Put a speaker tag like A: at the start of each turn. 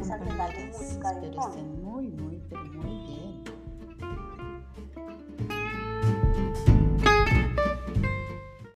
A: ustedes, pero usted muy, muy, pero muy